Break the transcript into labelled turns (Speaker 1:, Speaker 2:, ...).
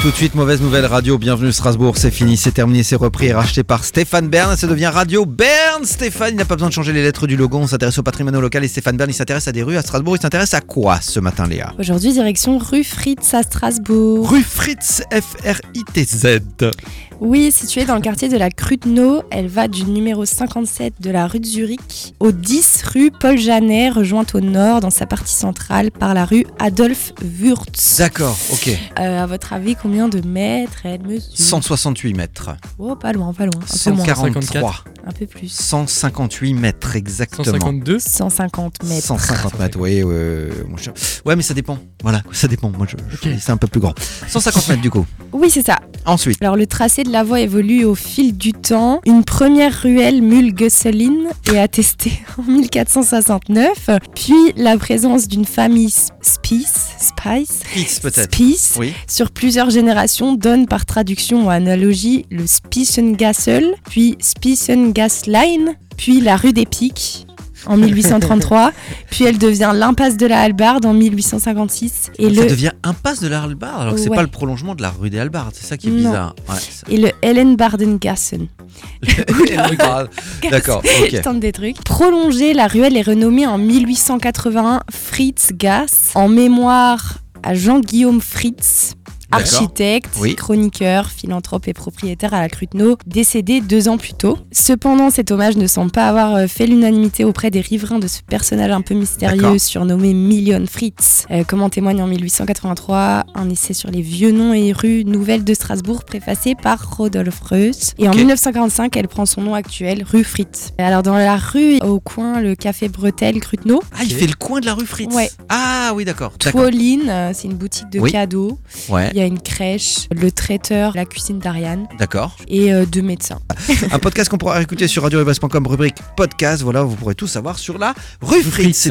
Speaker 1: Tout de suite, mauvaise nouvelle radio. Bienvenue Strasbourg, c'est fini, c'est terminé, c'est repris et racheté par Stéphane Bern. Et ça devient Radio Bern. Stéphane, il n'a pas besoin de changer les lettres du logo. On s'intéresse au patrimoine local et Stéphane Bern, il s'intéresse à des rues à Strasbourg. Il s'intéresse à quoi ce matin, Léa
Speaker 2: Aujourd'hui, direction rue Fritz à Strasbourg.
Speaker 1: Rue Fritz, F-R-I-T-Z.
Speaker 2: Oui, située dans le quartier de la Cruteno, elle va du numéro 57 de la rue de Zurich au 10 rue Paul Janet, rejointe au nord dans sa partie centrale par la rue Adolphe Wurtz.
Speaker 1: D'accord, ok.
Speaker 2: Euh, à votre avis, combien de mètres elle mesure
Speaker 1: 168 mètres.
Speaker 2: Oh, pas loin, pas loin. Un peu moins,
Speaker 1: 143.
Speaker 2: un peu plus.
Speaker 1: 158 mètres, exactement.
Speaker 3: 152
Speaker 2: 150 mètres.
Speaker 1: 150 mètres, oui, ouais, ouais, mais ça dépend. Voilà, ça dépend. Moi, je, je-
Speaker 3: Ok.
Speaker 1: c'est un peu plus grand. 150 mètres du coup.
Speaker 2: Oui, c'est ça.
Speaker 1: Ensuite,
Speaker 2: Alors, le tracé de la voie évolue au fil du temps. Une première ruelle Mulgeseline est attestée en 1469, puis la présence d'une famille sp- Spice, Spice,
Speaker 1: X peut-être.
Speaker 2: Spice
Speaker 1: Oui.
Speaker 2: sur plusieurs générations donne par traduction ou analogie le Spissengassel, puis Spissengasslein, puis la rue des Pics en 1833, puis elle devient l'impasse de la Halbarde en 1856 et
Speaker 1: ça
Speaker 2: le
Speaker 1: devient impasse de la Halbarde alors que c'est
Speaker 2: Ouais.
Speaker 1: pas le prolongement de la rue des Halbardes, c'est ça qui est
Speaker 2: Non.
Speaker 1: bizarre. Ouais, ça-
Speaker 2: et le Ellenbardengassen.
Speaker 1: D'accord,
Speaker 2: Je
Speaker 1: ok.
Speaker 2: tente des trucs. Prolongée, la ruelle est renommée en 1881 Fritz Gass en mémoire à Jean-Guillaume Fritz.
Speaker 1: D'accord.
Speaker 2: Architecte,
Speaker 1: Oui.
Speaker 2: chroniqueur, philanthrope et propriétaire à la Cruteno, décédé deux ans plus tôt. Cependant, cet hommage ne semble pas avoir euh, fait l'unanimité auprès des riverains de ce personnage un peu mystérieux
Speaker 1: D'accord.
Speaker 2: surnommé Million Fritz. Euh, comme en témoigne en 1883 un essai sur les vieux noms et rues nouvelles de Strasbourg préfacé par Rodolphe Reuss. Et en
Speaker 1: Ok.
Speaker 2: 1945, elle prend son nom actuel, rue Fritz. Alors dans la rue, au coin, le café Bretel, Cruteno.
Speaker 1: Ah, il fait le coin de la rue Fritz.
Speaker 2: Ouais.
Speaker 1: Ah oui, d'accord. D'accord.
Speaker 2: Twoline, euh, c'est une boutique de
Speaker 1: Oui.
Speaker 2: cadeaux.
Speaker 1: Ouais.
Speaker 2: Il y a une crèche, le traiteur, la cuisine d'Ariane
Speaker 1: D'accord.
Speaker 2: et euh, deux médecins.
Speaker 1: Un podcast qu'on pourra écouter sur radioévas.com rubrique podcast. Voilà, vous pourrez tout savoir sur la rue Fritz.
Speaker 3: Fritz.
Speaker 1: C'est tout